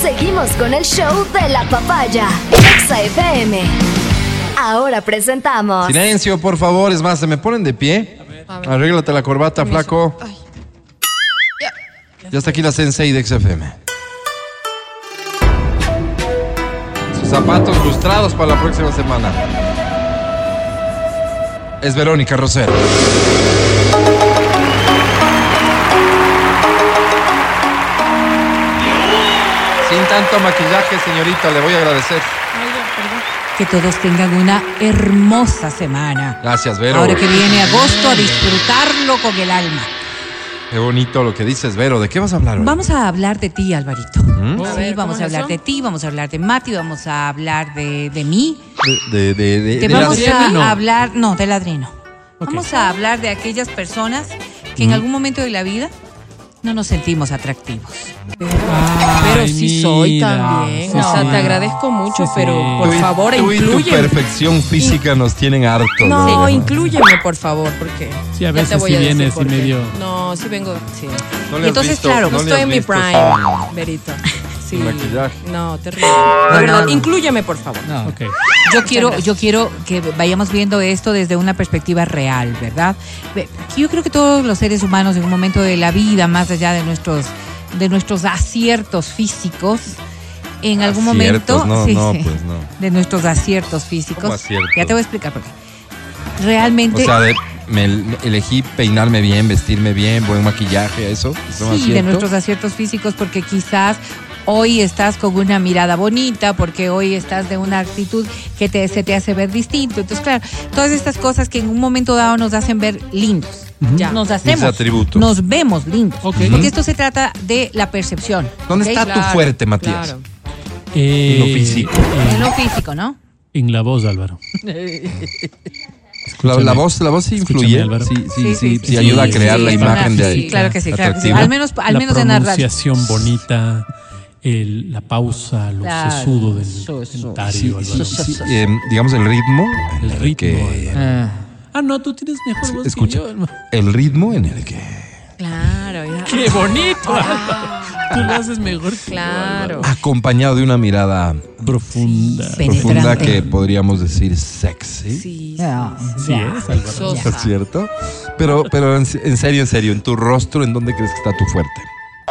Seguimos con el show de la papaya en Exa FM. Ahora presentamos. Silencio, por favor. Es más, se me ponen de pie. A ver. Arréglate la corbata, flaco. Ay. Ya está aquí la Sensei de XFM. Sus zapatos lustrados para la próxima semana. Es Verónica Rosero. Sin tanto maquillaje, señorita, le voy a agradecer. Que todos tengan una hermosa semana. Gracias, Vero. Ahora que viene agosto a disfrutarlo con el alma. Qué bonito lo que dices, Vero. ¿De qué vas a hablar hoy? Vamos a hablar de ti, Alvarito. A Sí, ver, ¿cómo vamos es a hablar eso? de ti, vamos a hablar de Mati, vamos a hablar de, de mí. De, de, de, de- Te de vamos las- a No. hablar, no, de ladrino. Ok. Vamos a hablar de aquellas personas que en algún momento de la vida no nos sentimos atractivos. Pero sí soy mira. también. Sí, o sea, sí. te agradezco mucho, Sí, sí. pero por Tú y- favor, tú y tu incluye. perfección física nos tienen hartos. No, ¿verdad? inclúyeme, por favor, porque Sí, a ya veces te voy sí a decir vienes y por qué. medio- No, sí vengo, sí. No le Y has entonces, visto- claro, no no le estoy has en mi visto prime, su- Verito. Sí. maquillaje. No, terrible. De verdad, inclúyeme, por favor. No. Ok. Yo quiero, yo quiero que vayamos viendo esto desde una perspectiva real, ¿verdad? Ve- Yo creo que todos los seres humanos en un momento de la vida, más allá de nuestros, de nuestros aciertos físicos, en algún Aciertos, momento, no, sí, no, sí, pues no. de nuestros aciertos físicos, ¿Cómo aciertos? ya te voy a explicar por qué. O Realmente, sea, de- me, me elegí peinarme bien, vestirme bien, buen maquillaje, eso. sí, ¿Son de aciertos? nuestros aciertos físicos, porque quizás hoy estás con una mirada bonita, porque hoy estás de una actitud que te, se te hace ver distinto. Entonces, claro, todas estas cosas que en un momento dado nos hacen ver lindos. Ya. Nos hacemos, Mis atributos. nos vemos lindos. Ok. Porque esto se trata de la percepción. ¿Dónde ¿ok? está tu fuerte, Matías? Claro. Eh, lo físico. En eh, lo físico, ¿no? en la voz, Álvaro. La, la Escúchame. voz, la voz sí Escúchame, influye. Álvaro. Sí, sí, sí, sí, sí, ayuda a sí, crear sí, la sí, imagen claro de que ahí. sí, Claro que sí, claro que sí. atractiva. Al menos, al la menos en la radio. pronunciación bonita, el- la pausa, lo Claro. sesudo del Su- su- comentario, Álvaro. Sí, eh, digamos el ritmo. en El ritmo. Que, Álvaro. Ah, no, tú tienes mejor voz que escucha, yo, hermano. el ritmo en el que. Claro, ya. ¡Qué bonito! Álvaro! Tú lo haces mejor que yo, Claro. Acompañado de una mirada Álvaro. Profunda. Penetrante. profunda que podríamos decir sexy. Sí. Ah, Sí es, Álvaro. Sosa. ¿Es cierto? Pero, pero en, en serio, en serio, en tu rostro, ¿en dónde crees que está tu fuerte?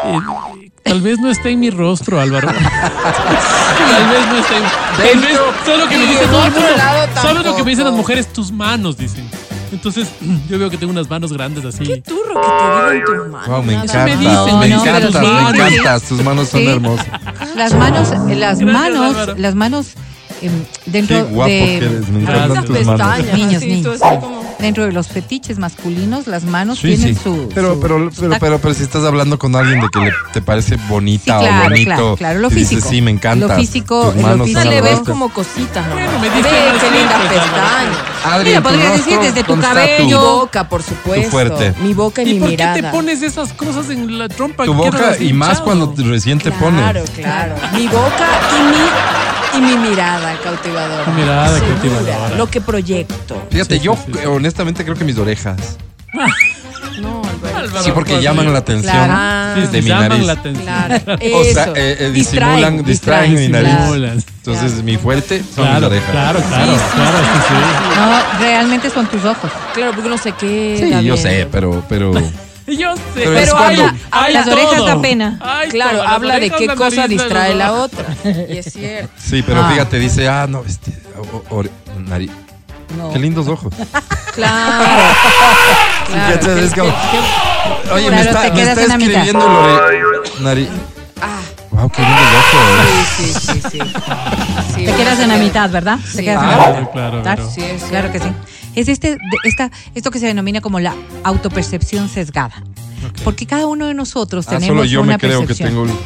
Eh, tal vez no está en mi rostro, Álvaro. tal vez no está en. Tal vez. ¿Sabes lo que me y dice del todo el otro mundo? lado ¿Sabes lo que tampoco. me dicen las mujeres? Tus manos, dicen. Entonces, yo veo que tengo unas manos grandes así. Qué turro que te digan tu Ah, mano. Wow, Oh, me Nada encantas, me, dicen, ¿no? encantas, Pero me sí. encantas. Tus manos son Sí. hermosas. Las manos, las Gracias, manos, Álvaro. las manos em, Qué dentro guapo de. que eres, me Gracias. encantan Esas tus manos. pestañas. Niños, así, niños. tú así como- Dentro de los fetiches masculinos, las manos Sí, tienen sí. su. Pero, su- pero, su pero, tacto. pero, pero si estás hablando con alguien de que le- te parece bonita Sí, claro, o bonito. claro, claro, lo y dices, físico. sí, me encanta. Lo físico, Tus lo manos físico. No son le ves hermosas. como cositas, ¿no? Bueno, me Ve, dicen los qué linda dientes, Álvaro. pestaña. Adri, Mira, en tu podría decir rostro, desde tu ¿dónde está Mi cabello. boca, por supuesto. Tu fuerte. Mi boca y, ¿Y mi por mirada. qué te pones esas cosas en la trompa? Tu que boca quedas y más hinchado? cuando te- recién te Claro, pones. claro. Mi boca y mi, y mi mirada cautivadora. Tu mirada Segura, cautivadora. Lo que proyecto. Fíjate, Sí, yo sí, sí, sí. honestamente creo que mis orejas. No, Álvaro. Álvaro, Sí, porque pues, llaman la atención Claro. sí, de mi llaman nariz. la atención. Claro. O sea, Eso. eh, eh, Distraen, disimulan, distraen, mi nariz. Disimulan. Entonces, mi fuerte son mis Claro, claro, orejas. claro, claro, sí, sí. Ah. No, realmente son tus ojos. Claro, porque uno se queda. Sí, yo viendo. sé, pero, pero. Yo sé. Pero es Pero cuando- habla- habla- las orejas da pena. Claro, habla de qué cosa distrae la otra. Y es cierto. Sí, pero Ah. fíjate, dice, ah, no, este. o- o- ore- nariz. Qué lindos ojos. Claro. claro. Fíjate, es como- Oye, me Claro, está, te me quedas está en la mitad. escribiendo el ore- Nariz. Wow, qué lindos ojos. Sí, sí, sí. sí. Sí, Te quedas en la sí. mitad, ¿verdad? Te quedas en la mitad. Claro, claro, claro. Sí, es Claro que sí. Es este, de- esta, esto que se denomina como la autopercepción sesgada. Porque cada uno de nosotros Ah, tenemos solo yo una me creo que percepción. tengo.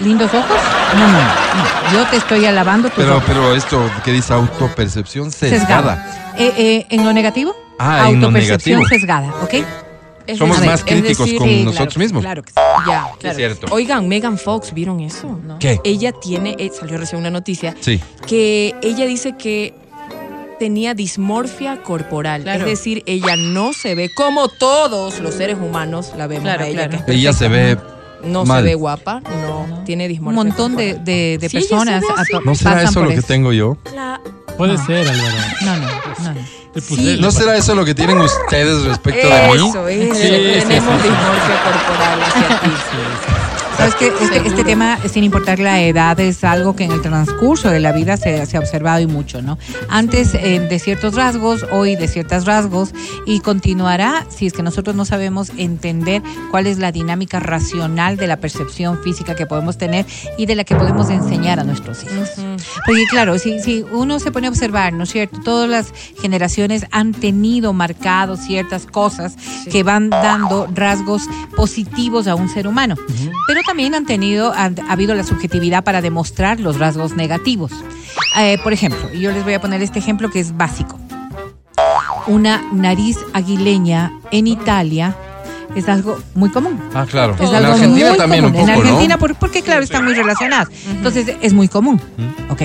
¿Lindos ojos? No, no, no. Yo te estoy alabando tus Pero, ojos. pero esto que dice autopercepción sesgada. Eh, eh, ¿En lo negativo? Ah, en lo Autopercepción negativo. sesgada, ¿ok? Es Somos decir- más es críticos decir, con sí, nosotros claro, mismos. Claro que sí. Ya, claro. cierto. Oigan, Megan Fox, ¿vieron eso? ¿No? ¿Qué? Ella tiene, eh, salió recién una noticia, Sí. que ella dice que tenía dismorfia corporal. Claro. Es decir, ella no se ve como todos los seres humanos la vemos Claro, a ella. claro. que es Ella se ve no Mal. se ve guapa, no, tiene Un dismorfia. montón de, corporal. de- de Sí, ella se personas ve a así. to- ¿No será pasan eso por lo que tengo yo? La- Puede No. ser, Álvaro. No, no, no, no. Te Sí. puse- ¿No será eso lo que tienen ustedes respecto a mí? Eso, eso. Sí, sí, Tenemos sí. dismorfia corporal hacia ti. Sabes que este, este tema, sin importar la edad, es algo que en el transcurso de la vida se, se ha observado y mucho, ¿no? Antes eh, de ciertos rasgos, hoy de ciertos rasgos, y continuará si es que nosotros no sabemos entender cuál es la dinámica racional de la percepción física que podemos tener y de la que podemos enseñar a nuestros hijos. Porque claro, si, si uno se pone a observar, ¿no es cierto? Todas las generaciones han tenido marcado ciertas cosas que van dando rasgos positivos a un ser humano. Pero también han tenido, han- ha habido la subjetividad para demostrar los rasgos negativos. Eh, por ejemplo, yo les voy a poner este ejemplo que es básico. Una nariz aguileña en Italia es algo muy común. Ah, claro. Es En algo Argentina muy también común. un poco, En Argentina, ¿no? por- porque claro, están muy relacionadas. Entonces, es muy común. Ok.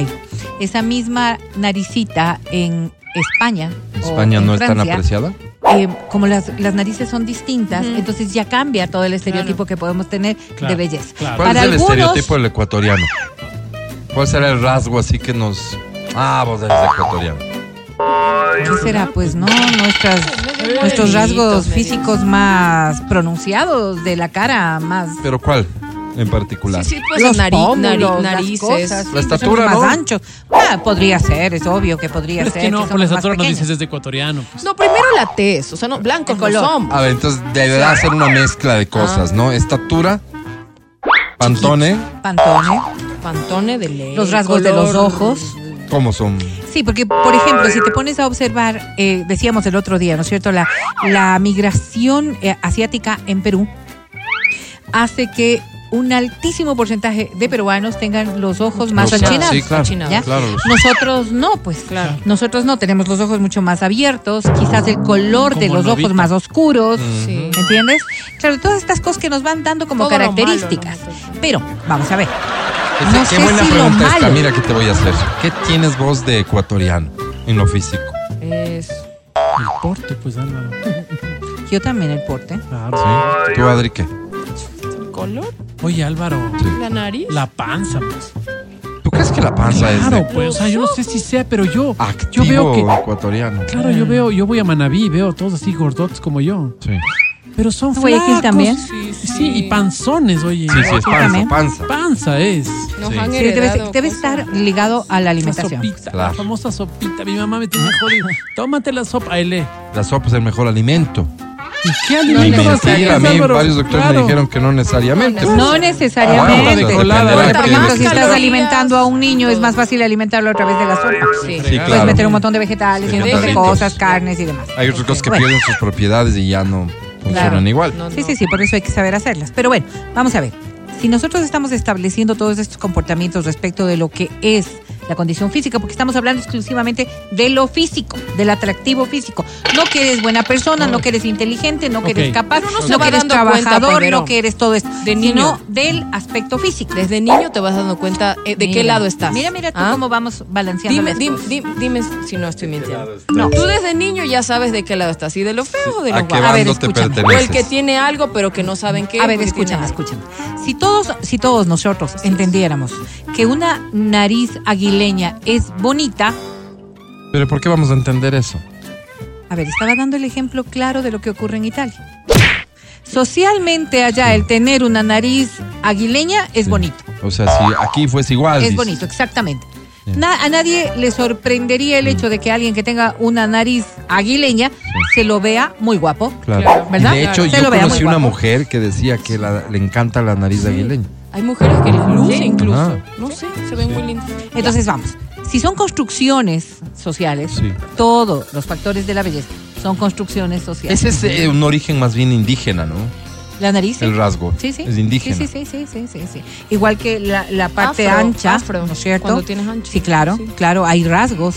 Esa misma naricita en España. o España en no es tan Francia, apreciada. eh, como las, las narices son distintas, entonces ya cambia todo el estereotipo que podemos tener de Claro, belleza. claro. ¿Cuál Para es el algunos, estereotipo del ecuatoriano? ¿Cuál será el rasgo así que nos... Ah, vos eres ecuatoriano. ¿qué será? Pues no, nuestras, medio nuestros morenitos, rasgos medio. físicos más pronunciados, de la cara más... ¿Pero cuál en particular? Sí, sí, pues los nari- nari- pómulos, las narices. cosas, La sí, que son estatura, más ¿no? anchos. Ah, podría ser, es obvio que podría Pero es ser. que no, que por la somos más estatura no pequeños. dices es de ecuatoriano. pues. No, primero la tez, o sea, no, blancos no color. somos. A ver, entonces deberá hacer una mezcla de cosas, Ah. ¿no? Estatura, pantone, Pantone, Pantone de ley. los rasgos de color- los ojos. ¿cómo son? Sí, porque, por ejemplo, si te pones a observar, eh, decíamos el otro día, ¿no es cierto? La, la migración eh, asiática en Perú hace que un altísimo porcentaje de peruanos tengan los ojos más Los- achinados. Sí, claro, ¿ya? claro. los- Nosotros no, pues claro. Nosotros no, tenemos los ojos mucho más abiertos, quizás el color de Como los lobito. ojos más oscuros. Sí. ¿Entiendes? Claro, todas estas cosas que nos van dando como Todo lo malo, características. ¿no? Entonces- Pero, vamos a ver. Ese- No qué sé buena si lo pregunta esta, malo. mira que te voy a hacer. ¿Qué tienes vos de ecuatoriano en lo físico? Es- El porte, pues Álvaro. Yo también el porte. Claro. ¿Sí? ¿Tú, Adri, qué? color, Oye, Álvaro, Sí. la nariz. la panza, pues. ¿Tú crees que la panza es Claro, de pues. O sea, yo no sé si sea, pero yo. Este, activo Yo veo que. ecuatoriano? Claro, yo veo, yo voy a Manabí y veo todos así gordotes como yo. Sí. Pero son ¿Guayaquil flacos. también? Sí, sí, y panzones, oye. Sí, sí, es panza, también. panza. Panza es. Nos Sí. han Sí, debe, heredado debe cosas. estar ligado a la La alimentación. sopita, la Claro. famosa sopita. Mi mamá me tiene jodido. Tómate la sopa, Ele. La sopa es el mejor alimento. ¿Y qué Y alimento vas mentira, a mí Álvaro? varios doctores Claro. me dijeron que no necesariamente. No Bueno, necesariamente. pues, dependerá de Por quién tanto, es. si estás Calorías, alimentando a un niño, es más fácil alimentarlo a través de la sopa. Sí. Sí, Puedes claro. meter un montón de vegetales, Sí, y un montón de claro. cosas, carnes y demás. Hay otras cosas que Bueno. pierden sus propiedades y ya no funcionan Claro. igual. No, Sí, no. sí, sí, por eso hay que saber hacerlas. Pero bueno, vamos a ver. Si nosotros estamos estableciendo todos estos comportamientos respecto de lo que es la condición física, porque estamos hablando exclusivamente de lo físico, del atractivo físico. No que eres buena persona, no que eres inteligente, no que Ok. eres capaz, Pero uno se no va que eres dando cuenta, trabajador, Pedro. no que eres todo esto, De sino niño. del aspecto físico. Desde niño te vas dando cuenta eh, de qué Mira, lado estás. Mira, mira tú ¿Ah? cómo vamos balanceando Dime, las dime, cosas. dime, dime si no estoy mintiendo. Tú desde niño ya sabes de qué lado estás, y de lo feo o de ¿A lo qué va? A guapo. ver, bando te escúchame. O el perteneces? que tiene algo pero que no saben qué. A ver, porque escúchame, tiene algo. escúchame. Si todos, si todos nosotros entendiéramos que una nariz aguileña es bonita, Pero ¿por qué vamos a entender eso? A ver, estaba dando el ejemplo claro de lo que ocurre en Italia. Socialmente allá el tener una nariz aguileña es bonito. O sea, si aquí fuese igual. Es dices. bonito, exactamente. Sí. Na- a nadie le sorprendería el hecho de que alguien que tenga una nariz aguileña se lo vea muy guapo. Claro. Claro. ¿Verdad? Y de hecho, Se yo lo vea muy conocí una guapo. mujer que decía que la- le encanta la nariz aguileña. Hay mujeres que les luce incluso. Ah. No sé, se ven muy lindas. Entonces vamos, si son construcciones sociales, Sí. todos los factores de la belleza son construcciones sociales. Ese es eh, un origen más bien indígena, ¿no? La nariz. sí. El rasgo. Sí, sí. Es indígena. Sí, sí, sí, sí, sí, sí, sí. Igual que la, la parte Afro, ancha, afro, ¿no es cierto? cuando tienes ancho. Sí, claro, Sí. claro, hay rasgos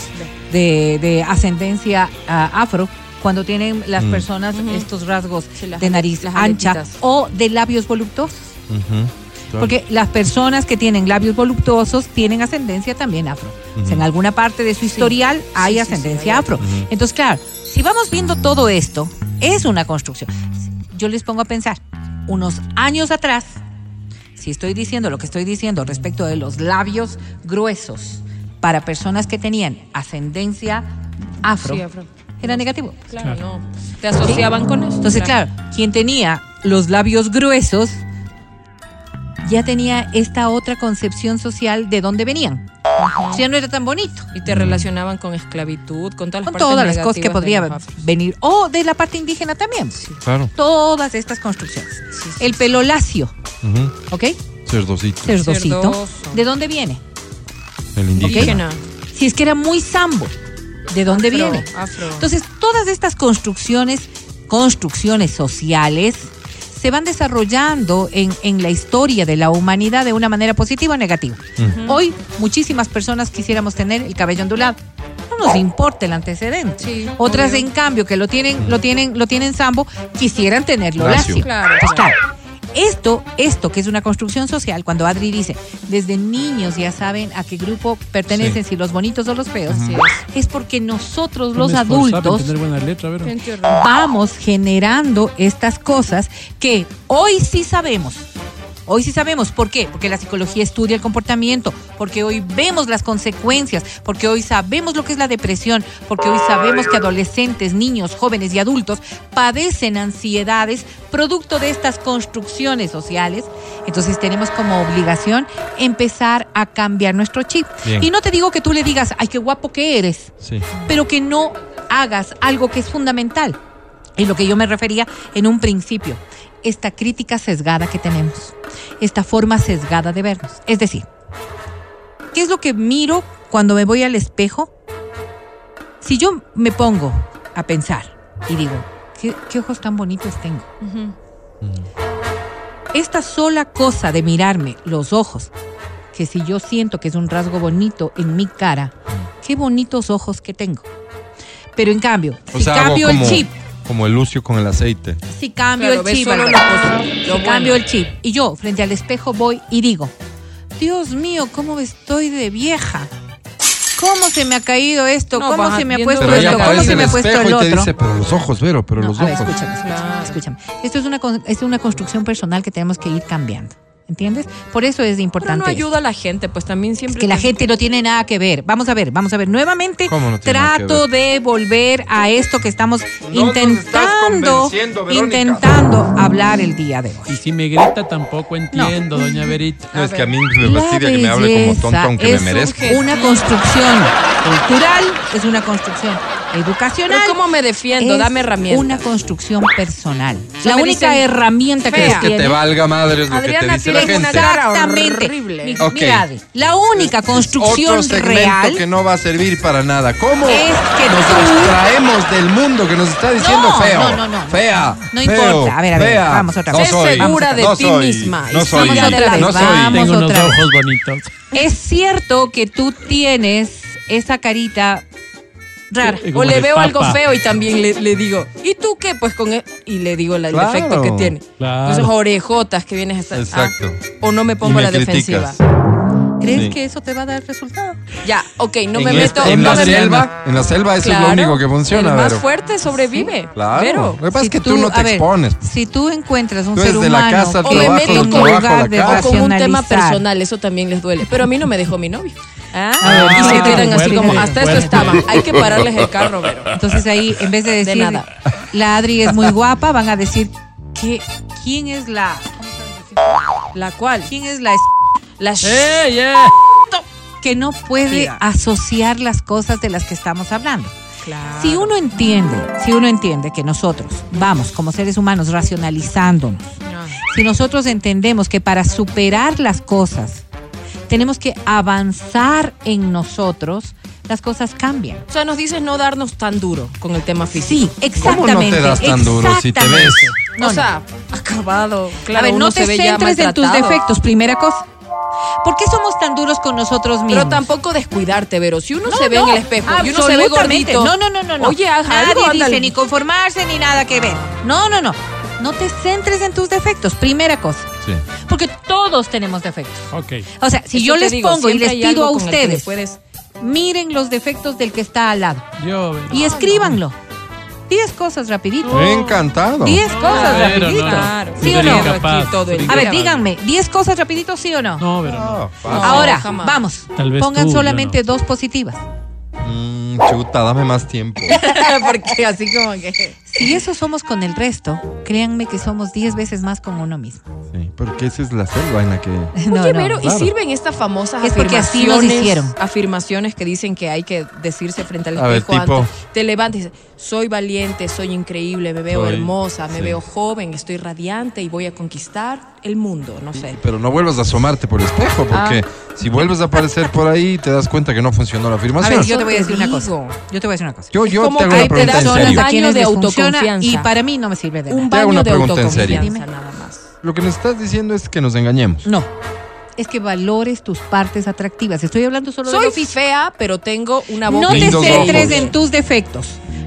de, de ascendencia ah, afro. Cuando tienen las Mm. personas Ujú. estos rasgos Sí, las de ale- nariz las ancha aletitas. o de labios voluptuosos. Ujú, claro. Porque las personas que tienen labios voluptuosos tienen ascendencia también afro. O sea, en alguna parte de su historial hay sí, sí, ascendencia hay afro. Entonces, claro, si vamos viendo todo esto, es una construcción. Yo les pongo a pensar, unos años atrás, si estoy diciendo lo que estoy diciendo respecto de los labios gruesos para personas que tenían ascendencia afro, Sí, afro. era negativo. Claro, no. Te asociaban con eso. Entonces, claro, quien tenía los labios gruesos ya tenía esta otra concepción social de dónde venían. O sea, no era tan bonito. Y te relacionaban con esclavitud, con todas Con las partes todas las cosas que negativas de podría los afros. venir. O de la parte indígena también. Claro. Todas estas construcciones. Sí, sí, El pelo lacio, Ujú. ¿ok? Cerdocito. Cerdocito. Cerdoso. ¿De dónde viene? El indígena. Indígena. Si es que era muy sambo, ¿de dónde Afro, viene? afro. Entonces, todas estas construcciones, construcciones sociales, se van desarrollando en, en la historia de la humanidad de una manera positiva o negativa. Hoy, muchísimas personas quisiéramos tener el cabello ondulado. No nos importa el antecedente. Sí, Otras, obvio. en cambio, que lo tienen, lo tienen, lo tienen sambo, quisieran tenerlo Lacio. lacio. Claro, Entonces, claro. claro, Esto, esto que es una construcción social, cuando Adri dice, desde niños ya saben a qué grupo pertenecen, Sí. si los bonitos o los feos, Así es porque nosotros Me los esforzaba en adultos tener buena letra, Vero. Gente horrible. vamos generando estas cosas que hoy sí sabemos. Hoy sí sabemos por qué, porque la psicología estudia el comportamiento, porque hoy vemos las consecuencias, porque hoy sabemos lo que es la depresión, porque hoy sabemos que adolescentes, niños, jóvenes y adultos padecen ansiedades producto de estas construcciones sociales. Entonces tenemos como obligación empezar a cambiar nuestro chip. Bien. Y no te digo que tú le digas, ay, qué guapo que eres Sí. pero que no hagas algo que es fundamental. Es lo que yo me refería en un principio. Esta crítica sesgada que tenemos, esta forma sesgada de vernos. Es decir, ¿qué es lo que miro cuando me voy al espejo? Si yo me pongo a pensar y digo, ¿qué, qué ojos tan bonitos tengo? Mm. Ujú. Esta sola cosa de mirarme los ojos, que si yo siento que es un rasgo bonito en mi cara, Mm. qué bonitos ojos que tengo. Pero en cambio, O si sea, hago cambio el como, chip, como el lucio con el aceite. si cambio Claro, el ves chip, solo Álvaro, lo positivo, si lo bueno. cambio el chip y yo frente al espejo voy y digo, Dios mío, cómo estoy de vieja. ¿Cómo se me ha caído esto? No, ¿Cómo vas se me ha viendo puesto Pero Pero ahí esto? ¿Cómo luego, aparece se el me ha puesto espejo el y te otro? dice, pero los ojos, Vero, pero No, los a ver, ojos. escúchame, escúchame, Claro. escúchame. Esto es una, con- es una construcción personal que tenemos que ir cambiando. ¿Entiendes? Por eso es Pero importante. no ayuda a la gente, pues también Es siempre. que la te- gente no tiene nada que ver. Vamos a ver, vamos a ver. Nuevamente ¿Cómo no tiene nada que trato de volver a esto que estamos No nos estás intentando, convenciendo, Verónica. intentando hablar el día de Y hoy. si me grita tampoco entiendo, doña Verita. Pues No, es que a mí me La fastidia que me hable como belleza tonto, aunque me es un- merezca. una construcción cultural, es una construcción educacional. Pero ¿Cómo me defiendo? es Dame herramientas. Una construcción personal. sea, la me única dicen, herramienta que "Fea". les Es que Que tiene- te valga madre es lo que te Adriana dice la tiene una gente. cara Exactamente. horrible. Mi- Ok. mira, Adri, la única construcción Otro segmento real que no va a servir para nada. ¿Cómo? Es que nos tú- distraemos del mundo que nos está diciendo No, feo. no, no, no. Fea. No feo, importa. A ver, a ver, fea. vamos otra No vez. Sé soy, segura no de ti soy, misma. No Y soy. vamos otra vez, No soy. vamos. Tengo unos otra vez. ojos bonitos. Es cierto que tú tienes esa carita rara. Eh, O como le de veo algo papa. feo y también le, le digo, ¿y tú qué? Pues con él. Y le digo la- el Claro, defecto que tiene. claro. Entonces, orejotas que vienes a estar. Exacto. ah, o no me pongo Y a me la defensiva. criticas. ¿Crees Sí. que eso te va a dar resultado? Ya, ok, no en me la- meto. en no la me meto. selva, en la selva eso Claro, es lo único que funciona, El más Vero. fuerte sobrevive. Claro. Vero. Lo que pasa Si es que tú, no a te ver, expones. Si tú encuentras un Tú ser desde la humano casa al que trabajo, en del un trabajo a lugar la de casa. O con un tema racionalizar- personal, eso también les duele. Pero a mí no me dejó mi novio. Ah, y se ah, quedan así fuerte, como, hasta fuerte. eso estaban. Hay que pararles el carro, Vero. Entonces ahí, en vez de decir, nada. la Adri es muy guapa, van a decir, que, ¿quién es la...? ¿La cual? ¿Quién es la... es- La ¡Eh, yeah! que no puede Diga. asociar las cosas de las que estamos hablando? Claro. Si uno entiende, si uno entiende que nosotros vamos como seres humanos racionalizándonos, Ah. si nosotros entendemos que para superar las cosas tenemos que avanzar en nosotros, las cosas cambian. O sea, nos dices no darnos tan duro con el tema Sí, físico. exactamente. ¿Cómo no te das tan duro si te exactamente. ves? No, o no. sea, acabado. Claro, a ver, uno no te se ve ya centres en tus maltratado. defectos, primera cosa. ¿Por qué somos tan duros con nosotros mismos? Pero tampoco descuidarte, Vero. Si uno No, se ve no, en el espejo y uno se ve absolutamente. gordito. No, no, no, no. no. Oye, ajá, Nadie algo, ándale. dice ni conformarse ni nada que ver. No, no, no. No te centres en tus defectos, primera cosa. Sí. Porque todos tenemos defectos. Ok. O sea, si Eso yo te les digo, pongo y siempre les hay pido algo a con el que le ustedes, puedes- miren los defectos del que está al lado Yo, Vero. y escríbanlo. 10 cosas rapidito. Encantado. 10 cosas Ah, pero rapidito. no. Claro. ¿Sí o Sería no? incapaz, Todo el sería A ver, incapaz. díganme, 10 cosas rapidito, sí o no. No, pero no. Ah, fácil. Ahora, No, jamás. vamos. Tal vez pongan tú, yo solamente no. dos positivas. Mm, chuta, dame más tiempo. Porque así como que. Si eso somos con el resto, créanme que somos 10 veces más con uno mismo. Sí, porque esa es la selva en la que. No, Oye, no. Vero, claro. ¿y sirven estas famosas Es porque así afirmaciones? nos hicieron. Afirmaciones que dicen que hay que decirse frente al A ver, espejo tipo. antes. Te levantas y dices, soy valiente, soy increíble, me veo Soy- hermosa, me sí. veo joven, estoy radiante y voy a conquistar el mundo, no sé. Pero no vuelvas a asomarte por el espejo, porque Ah. si vuelves a aparecer por ahí, te das cuenta que no funcionó la A afirmación. ver, yo te voy a Eso decir te una cosa. digo. Yo te voy a decir una cosa. yo yo como te hago que una hay pregunta en personas serio. a quienes de les funciona Y autoconfianza. para mí no me sirve de Un nada. Te hago baño una de pregunta en serio. autoconfianza nada más. Lo que nos estás diciendo es que nos Mm. engañemos. No. Es que valores tus partes atractivas. Estoy hablando solo de Soy lo físico. fea, pero tengo una boca No te Lindos centres ojos. en tus defectos,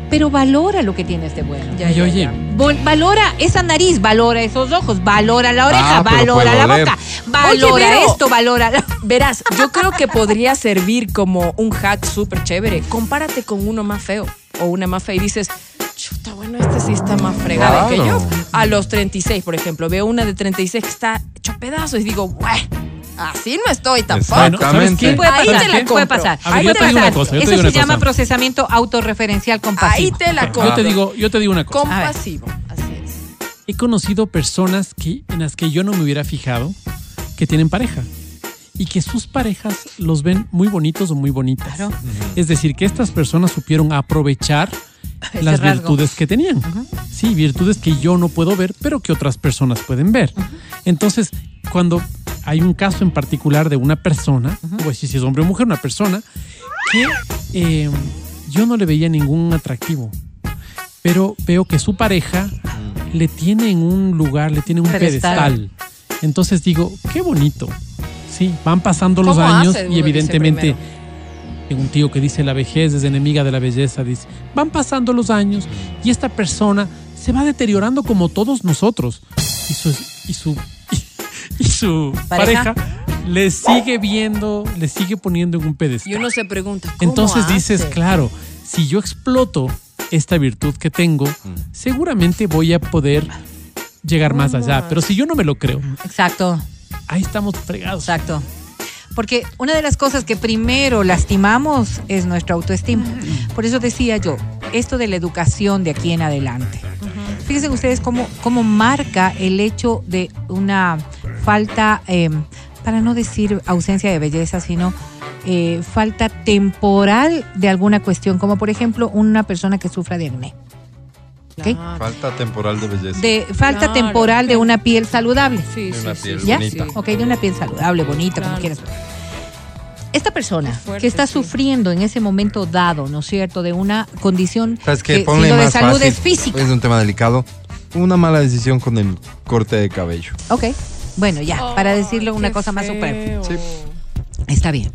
pero valora lo que tienes de bueno. Ya, Y ya, oye, ya. Vol- Valora esa nariz, valora esos ojos, valora la oreja, Ah, pero valora puedo la oler. boca, valora Oye, Vero. esto, valora la... Verás, yo creo que podría servir como un hack súper chévere. Compárate con uno más feo o una más fea y dices, chuta, bueno, este sí está más fregado que Claro. yo. A los 36, por ejemplo, veo una de 36 que está hecho pedazos y digo, bueno, así no estoy tampoco. Bueno, ¿sabes Exactamente. qué? Sí puede Ahí pasar, te la sí puede compro. pasar. A ver, Ahí yo puede te digo pasar. una cosa, yo te Eso digo se una llama cosa. procesamiento autorreferencial Ahí compasivo. te la compro. Yo te digo, yo te digo una cosa. Compasivo. Así es. He conocido personas que, en las que yo no me hubiera fijado que tienen pareja y que sus parejas los ven muy bonitos o muy bonitas. Claro. Es decir, que estas personas supieron aprovechar Ese las rasgo. virtudes que tenían. Sí, virtudes que yo no puedo ver, pero que otras personas pueden ver. Entonces, cuando hay un caso en particular de una persona, pues si es hombre o mujer, una persona, que eh, yo no le veía ningún atractivo, pero veo que su pareja le tiene en un lugar, le tiene un Pedestal. pedestal. Entonces digo, qué bonito. Sí, van pasando los ¿Cómo años hace? Uno y dice evidentemente primero. tengo un tío que dice la vejez es enemiga de la belleza, dice, van pasando los años y esta persona se va deteriorando como todos nosotros. Y su, y su, y su ¿Pareja? pareja le sigue viendo, le sigue poniendo en un pedestal. Y uno se pregunta, ¿cómo Entonces dices, hace? claro, si yo exploto esta virtud que tengo, Mm. seguramente voy a poder llegar más allá. Pero si yo no me lo creo, Exacto, ahí estamos fregados. exacto. Porque una de las cosas que primero lastimamos es nuestra autoestima. Por eso decía yo, esto de la educación de aquí en adelante. Fíjense ustedes cómo, cómo marca el hecho de una falta, eh, para no decir ausencia de belleza, sino eh, falta temporal de alguna cuestión, como por ejemplo una persona que sufra de acné. ¿ok? Claro. Falta temporal de belleza. De falta Claro, temporal de ok. una piel saludable. Sí, De una sí, piel sí, ¿Ya? sí. bonita. Ok, de una piel saludable, bonita, como Claro. quieras. Esta persona fuerte, que está sí. sufriendo en ese momento dado, ¿no es cierto?, de una condición ¿Sabes que qué? si Ponle lo más de salud fácil. Pues es física. Es un tema delicado. Una mala decisión con el corte de cabello. Ok, bueno, ya, para decirle Ay, una qué cosa más super. feo. Sí. Está bien.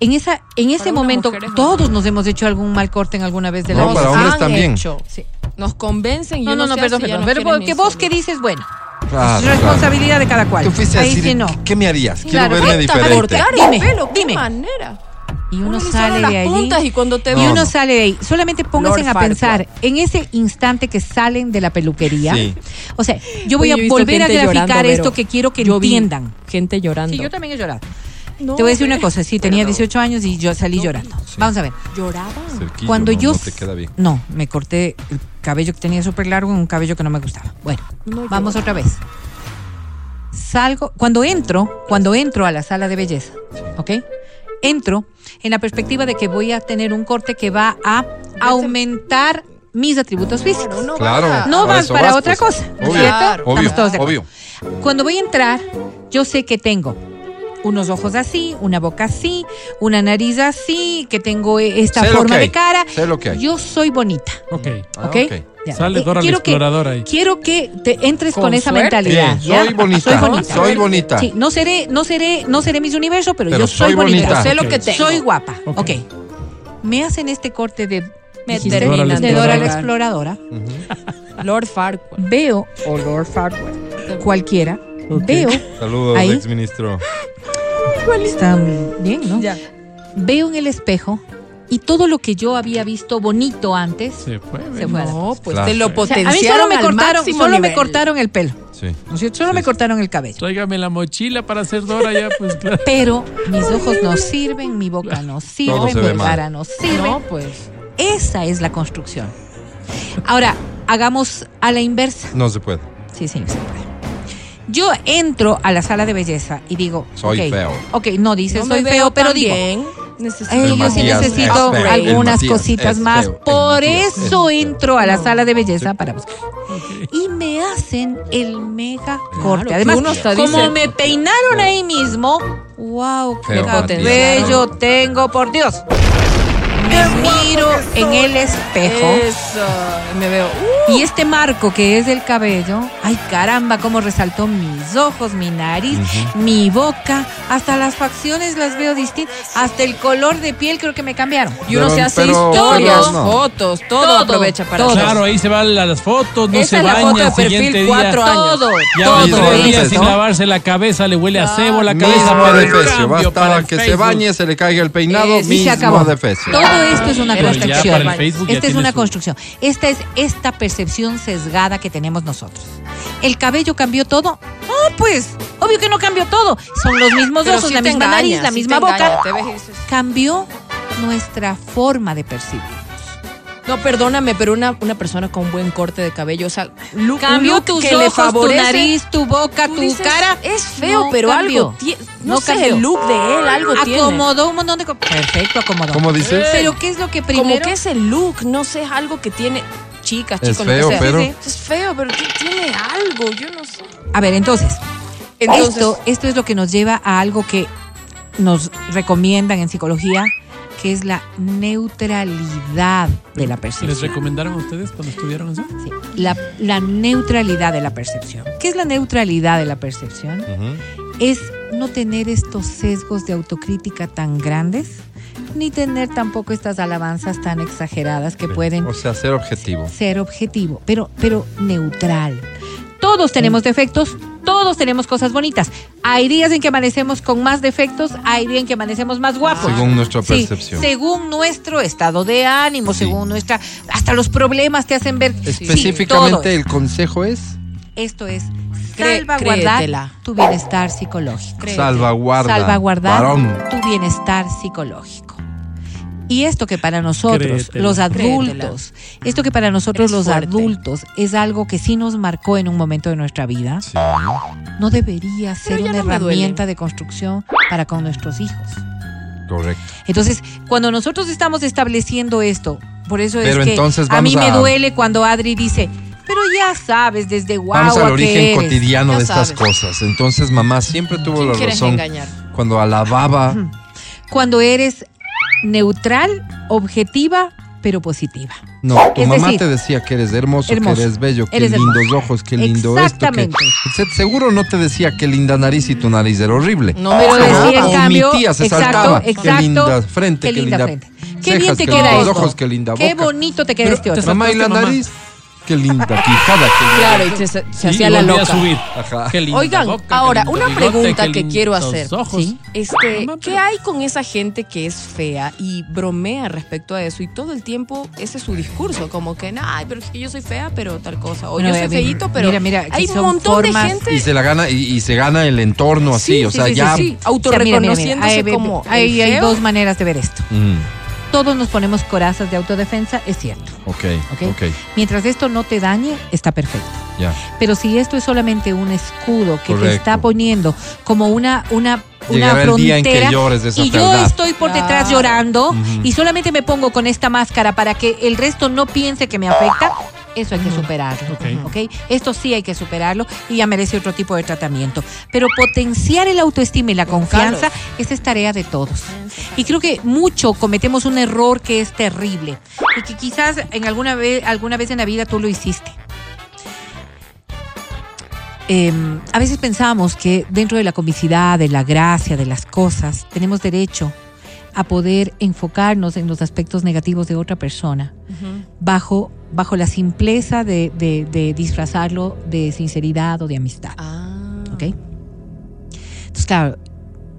En, esa, en ese una momento, mujer es todos horrible. nos hemos hecho algún mal corte en alguna vez de la No, vida. para hombres han también. hecho. Sí. Nos convencen y No, no, no, perdón, perdón. Pero porque vos que dices, bueno, Ah, Claro, es responsabilidad de cada cual. Tú fuiste a Ahí decir, sí no. ¿qué me harías? Quiero Claro. verme Cuéntame, diferente. cortar. Dime, Dime, pelo, qué dime. manera. Y uno le sale sale las de allí. puntas y cuando te No, Y ven- uno sale de ahí. Solamente pónganse Lord a pensar Farquaad. en ese instante que salen de la peluquería. Sí. O sea, yo voy Oye, he a visto volver a gente graficar llorando, esto Vero. que quiero que Yo vi entiendan. Gente llorando. Sí, yo también he llorado. te voy a decir una cosa. Sí, tenía 18 años y yo salí llorando. Vamos a ver. Lloraba. Cerquillo, Cuando no, yo. no te queda bien. No, me corté el cabello que tenía súper largo en un cabello que no me gustaba. Bueno, No vamos llora. otra vez. Salgo, cuando entro, cuando entro a la sala de belleza, ¿ok? Entro en la perspectiva de que voy a tener un corte que va a aumentar mis atributos físicos. No Claro. No vas eso pues, para otra cosa, Obvio. ¿cierto? Obvio. Estamos todos de acuerdo. obvio. Cuando voy a entrar, yo sé que tengo unos ojos así, una boca así, una nariz así, que tengo eh, esta Sé lo forma que hay, de cara. sé lo que hay. Yo soy bonita. Ok. Ah, ¿Ok? ok. Ya. Sale Eh, Dora la quiero Exploradora que, ahí. Quiero que te entres con, Con esa suerte. mentalidad. Bien, ¿ya? soy bonita, Soy bonita. soy bonita. Sí, no seré, no seré, no seré Miss Universo, pero, Pero yo soy, soy bonita. bonita. Sé lo Ok. que tengo. Soy guapa. Ok. ok. Me hacen este corte de, Me dijiste, terminan de de Dora la rogar. Exploradora. Lord Farquaad. Veo, o Lord cualquiera, Ok. veo, Saludos, Ahí. ex ministro. están bien, ¿no? Ya. Veo en el espejo y todo lo que yo había visto bonito antes Se fue. se ¿no? fue a la- No, pues Claro. te lo O O sea, potenciaron a mí solo me al cortaron, máximo solo me nivel. cortaron el pelo, Sí. ¿no es cierto? Solo me cortaron el cabello. Tráigame la mochila para hacer Dora ya, pues claro. Pero mis ojos no sirven, mi boca no sirve, se ve mi mal. cara no sirve. No, pues. Esa es la construcción. Ahora, hagamos a la inversa. No se puede. Sí, sí, se puede. Yo entro a la sala de belleza y digo, Soy ok, feo. Ok, no dices No me soy veo feo, pero tan digo, bien. "Ay, El yo sí Matías eh, necesito es feo, el algunas Matías cositas es más. feo, el Por Matías es eso feo". entro a la No. sala de belleza para buscar. Y me hacen el mega corte. que Además, uno hasta como dice- me peinaron ahí mismo, wow, qué Feo, Matías. cabello tengo, por Dios. Me miro en el espejo. Eso. Me veo. uh, Y este marco que es el cabello, ay caramba, cómo resaltó mis ojos, mi nariz, mi boca, hasta las facciones las veo distintas, hasta el color de piel creo que me cambiaron. y uno Pero- se hace pero- historias, pero no. fotos, todo, Todo, aprovecha para todo. todo. Claro, ahí se van la- las fotos, no Esa se es la baña foto de el siguiente día. perfil cuatro años. Todo, Ya todo. pasó el día dices, sin ¿no? lavarse la cabeza, le huele a cebo la cabeza. Mismo pero en defecio. cambio, para Bastaba el que se Facebook, bañe, se le caiga el peinado. Eh, sí, Y se mismo acabó. defecio. Todo esto es una Pero ya construcción. para el Facebook ya Esta es tiene una su- construcción. Esta es esta percepción sesgada que tenemos nosotros. ¿El cabello cambió todo? No, pues, obvio que no cambió todo. Son los mismos Pero ojos, sí la te misma engaña, nariz, la sí misma te boca. engaña, te ves y dices, Cambió nuestra forma de percibir. No, perdóname, pero una, una persona con buen corte de cabello, o sea, look, un Cambió look tus que le ojos, tu favorece, nariz, tu boca, tú tu dices, cara. Es feo, No pero cambió. algo. tie- No Ah, No, sé cambió. el look de él, algo tiene. Acomodó un montón de cosas. Perfecto, acomodó. ¿Cómo dices? Pero ¿qué es lo que primero? Como que es el look, no sé, es algo que tiene. Chicas, Es chicos, lo que feo, sea. pero- Sí, sí, Es feo, pero ti- tiene algo, yo no sé. A ver, entonces, Entonces- esto, esto es lo que nos lleva a algo que nos recomiendan en psicología, que es la neutralidad de la ¿Les percepción. recomendaron a ustedes cuando estudiaron eso? Sí, la, la neutralidad de la percepción. ¿Qué es la neutralidad de la percepción? Ujú. Es no tener estos sesgos de autocrítica tan grandes, ni tener tampoco estas alabanzas tan exageradas que pueden O sea, ser objetivo. ser objetivo, pero, pero neutral. Todos tenemos defectos, todos tenemos cosas bonitas. Hay días en que amanecemos con más defectos, hay días en que amanecemos más guapos. Ah, Según nuestra Sí, percepción. según nuestro estado de ánimo, Sí. según nuestra... Hasta los problemas te hacen ver... sí, todo. Específicamente, el consejo es Esto es Cré- salvaguardar créetela. tu bienestar psicológico. salvaguarda. Salvaguardar varón. tu bienestar psicológico. Y esto que para nosotros, Créetela. los adultos, esto que para nosotros Eres los fuerte. adultos es algo que sí nos marcó en un momento de nuestra vida, Sí. no debería ser Pero ya una no me duele. herramienta de construcción para con nuestros hijos. Correcto. Entonces, cuando nosotros estamos estableciendo esto, por eso Pero es que entonces a mí vamos me a- duele cuando Adri dice, pero ya sabes desde Vamos al guagua que origen eres". cotidiano Ya de estas sabes. cosas. Entonces, mamá siempre tuvo ¿Quién la quieres razón engañar? cuando alababa. Cuando eres neutral, objetiva, pero positiva. No, tu Es mamá decir, te decía que eres hermoso, hermoso. que eres bello, que Eres lindos hermoso. ojos, que lindo esto. Que, Exactamente. Etc. seguro no te decía que linda nariz y tu nariz era horrible. No, pero Pero decía, en omitías, cambio, se exacto, saltaba. exacto, qué linda frente, qué qué, linda linda, frente. Qué cejas, bien te qué queda lindos esto. ojos, qué linda boca. Qué bonito te queda Pero este te otro. sal- Mamá y la Mamá. nariz, qué linda quijada, qué linda- Claro, y se, se Y hacía la volví loca. a subir. Ajá. Qué linda Oigan, boca, qué ahora, lindo una bigote, pregunta qué que quiero lindos hacer. ojos. Sí. Ah, Este, Mamá, ¿qué pero- hay con esa gente que es fea y bromea respecto a eso? Y todo el tiempo ese es su discurso, como que, ay, pero es que yo soy fea, pero tal cosa. O Bueno, yo eh, soy mira, feíto, pero mira, mira, que hay son un montón formas- de gente. Y se la gana, y, y se gana el entorno así, Sí, o sí, sea, sí, sí, ya. sí. O sea, mira, mira, mira, Autorreconociéndose ahí ve- como el ahí hay feo. dos maneras de ver esto. Mm, Todos nos ponemos corazas de autodefensa, es cierto. ok, Ok. ok, Mientras esto no te dañe, está perfecto. ya. Pero si esto es solamente un escudo que te Correcto. está poniendo como una una una Llegará el día en que frontera llores de esa y yo fealdad. estoy por detrás Claro. llorando Ujú. y solamente me pongo con esta máscara para que el resto no piense que me afecta. Eso hay que superarlo, Ok. ¿ok? Esto sí hay que superarlo y ya merece otro tipo de tratamiento. Pero potenciar el autoestima y la confianza, esa es tarea de todos. Y creo que mucho cometemos un error que es terrible y que quizás en alguna vez, alguna vez en la vida tú lo hiciste. Eh, a veces pensamos que dentro de la comicidad, de la gracia, de las cosas, tenemos derecho a poder enfocarnos en los aspectos negativos de otra persona bajo, bajo la simpleza de, de- de disfrazarlo de sinceridad o de amistad. Ah. ¿ok? Entonces, claro,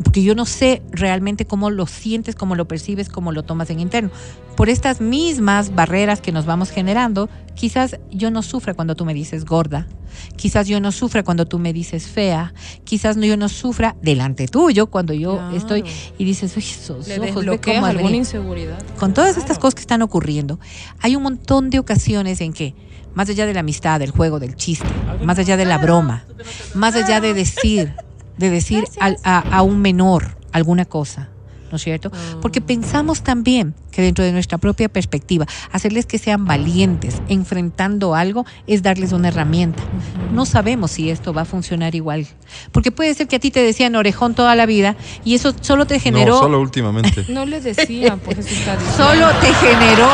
porque yo no sé realmente cómo lo sientes, cómo lo percibes, cómo lo tomas en interno. Por estas mismas barreras que nos vamos generando, quizás yo no sufra cuando tú me dices gorda, quizás yo no sufra cuando tú me dices fea, quizás no- yo no sufra delante tuyo cuando yo Claro. estoy y dices, uy, esos Le ojos, ve desbloqueas cómo alguna abrí". inseguridad. Con todas estas Claro. cosas que están ocurriendo, hay un montón de ocasiones en que, más allá de la amistad, del juego, del chiste, más allá de la broma, más allá de decir, de decir al- a, a un menor alguna cosa, ¿no es cierto? Porque pensamos también que dentro de nuestra propia perspectiva, hacerles que sean valientes enfrentando algo es darles una herramienta. No sabemos si esto va a funcionar igual. Porque puede ser que a ti te decían orejón toda la vida y eso solo te generó No, solo últimamente. No le decían, por eso está diciendo. solo te generó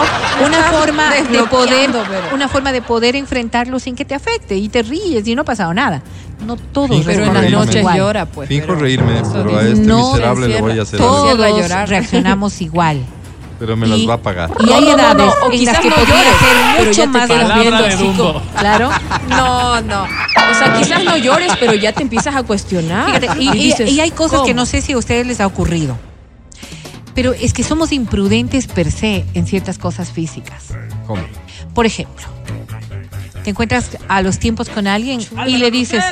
una Estás forma de desbloqueando, poder Vero. una forma de poder enfrentarlo sin que te afecte y te ríes y no ha pasado nada no todos Finjo Pero en Con las reírme. respondemos noches igual llora, pues. Finjo pero reírme, eso pero a dice- este No, miserable le encierra. voy a hacer algo. Cierra todos llorar. reaccionamos igual Pero me Y- las va a pagar. y No, hay no, no, edades no, en las o quizás que no podría llores, ser pero ya mucho te más pagas. viendo Palabra de así Dumbo. como- claro No, no. O sea, quizás no llores, pero ya te empiezas a cuestionar. Fíjate, y, y- dices, y hay cosas que ¿cómo? no sé si a ustedes les ha ocurrido. Pero es que somos imprudentes per se en ciertas cosas físicas. ¿Cómo? Por ejemplo, te encuentras a los tiempos con alguien y le dices,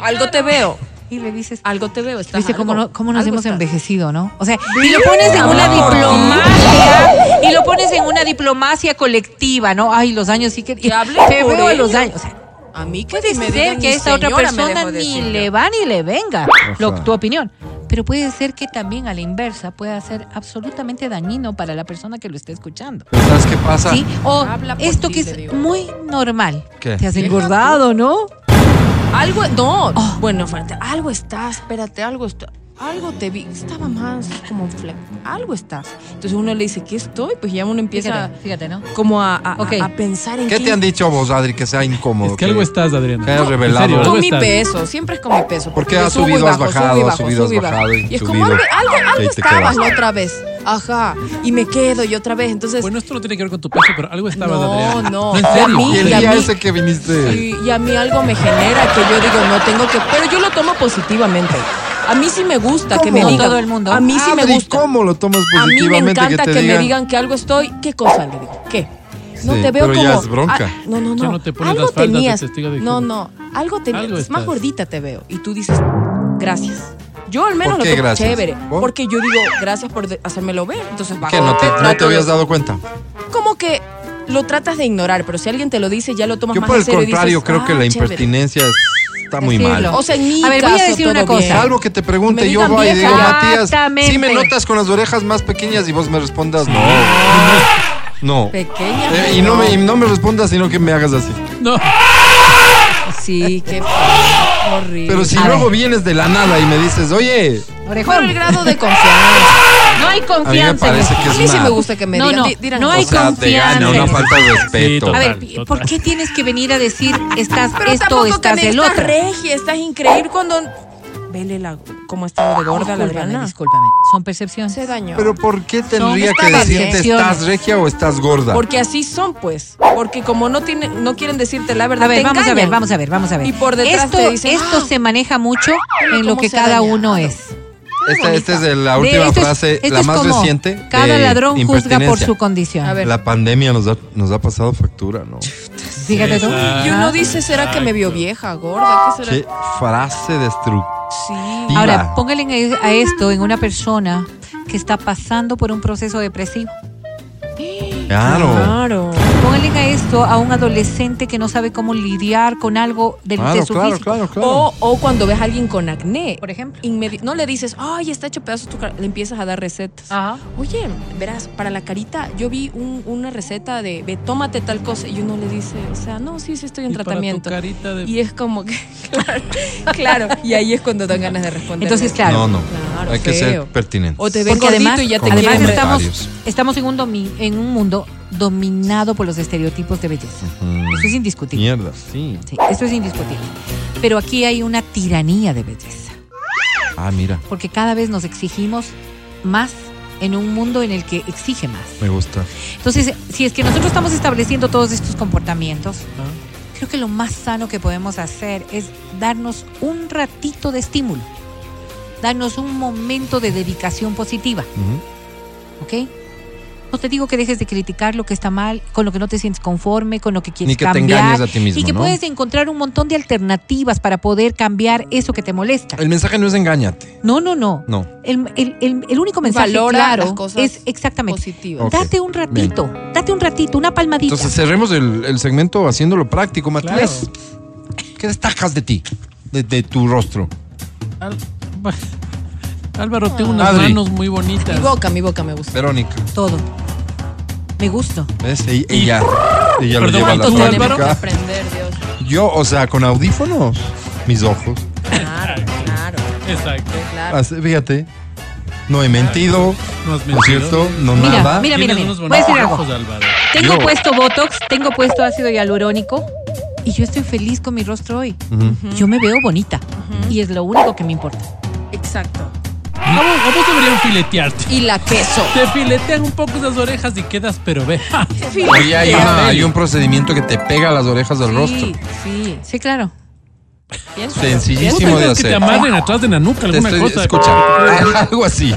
Algo te veo. y le dices, Algo te veo. estás ¿Viste cómo, algo- no- cómo nos algo hemos estás. envejecido, no? O sea, y lo pones en una Ah. diplomacia, y lo pones en una diplomacia colectiva, ¿no? Ay, los años sí que... Que hable te por veo a los ella. años. O sea, A mí que Puede si me ser digan, que "Mi esta otra señora me persona dejó de ni decirlo". le va ni le venga, Ajá. lo- tu opinión. Pero puede ser que también a la inversa pueda ser absolutamente dañino para la persona que lo esté escuchando. Pero ¿sabes qué Ah. pasa? ¿Sí? O Habla por esto ti, que le es digo. muy normal. ¿Qué? Te has Deja engordado, ¿no? Algo, no. Oh. Bueno, espérate, algo estás, espérate, algo está. Algo te vi, estaba más como un fle- Algo estás. Entonces uno le dice, ¿qué estoy? Pues ya uno empieza Fíjate, fíjate, ¿no? como a, a- Ok. a pensar en ¿Qué te han dicho? dicho vos, Adri, que sea incómodo? Es que algo estás, Adriana. que hayas En revelado. serio, algo Con mi estás. peso, siempre es con mi peso. Porque yo has subo y subido, has bajo, bajado, subo y has subido, has subo y bajo. bajado y es subido. como algo, algo, Y ahí algo te estabas quedas. la otra vez. Ajá. Y me quedo y otra vez. Entonces, Bueno, esto no tiene que ver con tu peso, pero algo estabas, No, Adriana. no. En Y a serio. mí- Y el Y a día mí- ese que viniste. y, y a mí algo me genera que yo digo, no tengo que. Pero yo lo tomo positivamente. A mí sí me gusta que me ¿Cómo? digan. Todo el mundo. A mí sí me Adri, gusta. Ah, ¿Cómo lo tomas A mí me positivamente encanta que te que, me digan? digan que algo estoy. ¿Qué cosa? Le digo, ¿qué? No Sí, te veo pero ya como. es bronca. Ah, no, no, no. Ya no te pones algo las faldas de tenías. testigo de no, Jehová. no. Algo tenías. Algo más estás. gordita te veo. Y tú dices, gracias. Yo al menos ¿Por qué lo tomo gracias? chévere. ¿Por? Porque yo digo, gracias por de- hacérmelo ver. Entonces, va. ¿Qué? ¿No te, no te habías dado cuenta? Como que lo tratas de ignorar, pero si alguien te lo dice, ya lo tomas Yo más por en el serio y dices, contrario creo que "Ah, la chévere". impertinencia está muy mal. Decirlo. O sea, en mi A ver, voy a caso, decir una todo bien. cosa. Algo que te Me pregunte, yo digan voy y digo, vieja. Matías, si me Exactamente. notas con las orejas más pequeñas y vos me respondas, no. No. Pequeña. Eh, y, no me, y no me respondas, sino que me hagas así. No. Sí, qué horrible. Pero si A luego vienes de la nada y me dices, oye, Por el Orejón. grado de confianza. No hay a mí me confianza. en parece eso. que A es mí sí una... me gusta que me No, digan. no, Di- dirán, no o hay sea, cosas. te gana confianza. una falta de respeto. total. A ver, Total. ¿por qué tienes que venir a decir estás Pero esto, tampoco estás también el estás otro? regia, estás increíble cuando... Vele la, cómo ha estado de gorda Discúlpame, la Adriana. discúlpame. Son percepciones. Se dañó. Pero ¿por qué tendría que estas decirte variaciones. estás regia o estás gorda? Porque así son, pues. Porque como no tienen, no quieren decirte la verdad, A ver, te vamos a ver, engañan. vamos a ver, vamos a ver. Y por detrás esto, te dicen, esto "Ah, se maneja mucho pero en lo cómo que se cada daña". uno es. Esta, esta es de Eh, la De- última esto este es- frase, esto la es más como, reciente. Cada de ladrón juzga por impertinencia. su condición. A ver. La pandemia nos ha, nos ha pasado factura, ¿no? Fíjate tú. Exacto. Y uno dice, ¿será que me vio vieja, gorda? ¿Qué será? Qué frase destructiva. Sí. Ahora, póngale en- a esto en una persona que está pasando por un proceso depresivo. Claro. Claro. Póngale a esto a un adolescente que no sabe cómo lidiar con algo del- de, Claro, su claro, físico. claro, claro. O, o cuando ves a alguien con acné, Por ejemplo. inmedi- no le dices, ay, está hecho pedazos tu cara, le empiezas a dar recetas. Ajá. Oye, verás, para la carita, yo vi un- una receta de, ve, tómate tal cosa, y uno le dice, o sea, no, sí, sí, estoy en Y para tu tratamiento. carita de- Y es como que, claro, claro, y ahí es cuando dan ganas de responder. Entonces, claro. no, no. Claro, Hay que ser feo. pertinentes. O te ven Porque gordito además, y ya te Con además quieren ver. estamos, comentarios. estamos en, un domi- en un mundo dominado por los estereotipos de belleza. Mm, Eso es indiscutible. Mierda, sí. Sí, eso es indiscutible. Pero aquí hay una tiranía de belleza, Ah, mira, porque cada vez nos exigimos más en un mundo en el que exige más. me gusta. Entonces, si es que nosotros estamos estableciendo todos estos comportamientos, creo que lo más sano que podemos hacer es darnos un ratito de estímulo. Danos un momento de dedicación positiva, Ujú. ¿ok? No te digo que dejes de criticar lo que está mal, con lo que no te sientes conforme, con lo que quieres Ni que te cambiar. engañes a ti mismo, y que ¿no? puedes encontrar un montón de alternativas para poder cambiar eso que te molesta. El mensaje no es engáñate. No, no, no. No. El, el- el- el único mensaje Valora claro las cosas es exactamente. Positiva. Ok. Date un ratito, date un ratito, una palmadita. Entonces cerremos el, el segmento haciéndolo práctico, Matías. Claro. ¿Qué destacas de ti? De, de tu rostro. Al- Álvaro, tengo unas Adri. manos muy bonitas. Mi boca, mi boca me gusta. Verónica. Todo. Me gusto. ¿Ves? E- Ella, ella lo Perdón, lleva a la ¿cuánto Tenemos Álvaro? que práctica. aprender, Dios. Yo, o sea, con audífonos, mis ojos. Claro, claro, Exacto. claro. Así, Fíjate, no he mentido, No has ¿no es mentido. cierto? No Mira, nada. mira. Tienes unos voy a decir bonitos algo. ojos, Álvaro. Tengo Yo. puesto Botox, tengo puesto ácido hialurónico y yo estoy feliz con mi rostro hoy. Ujú. Yo me veo bonita y es lo único que me importa. Exacto. ¿A vos, a vos deberían filetearte. Y la queso. Te filetean un poco esas orejas y quedas, pero ve. Oye, hay, una- hay un procedimiento que te pega las orejas del rostro. Sí, sí. Sí, claro. Piensa. Sencillísimo Puta, de es que te hacer. amarren atrás de la nuca Te alguna estoy, cosa. escucha, algo así.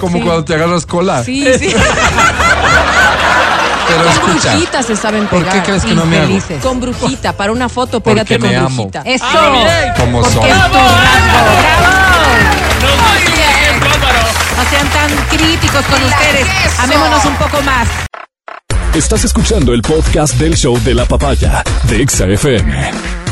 Como Sí. cuando te agarras cola. Sí, sí. Pero Con escucha, brujita se saben ¿por pegar. qué crees que no me hago? Infelices. Con brujita, para una foto, Porque pégate con me amo. brujita. Ah, Eso. Como son. No sean tan críticos con ustedes. Amémonos un poco más. Estás escuchando el podcast del show de la papaya de Exa FM.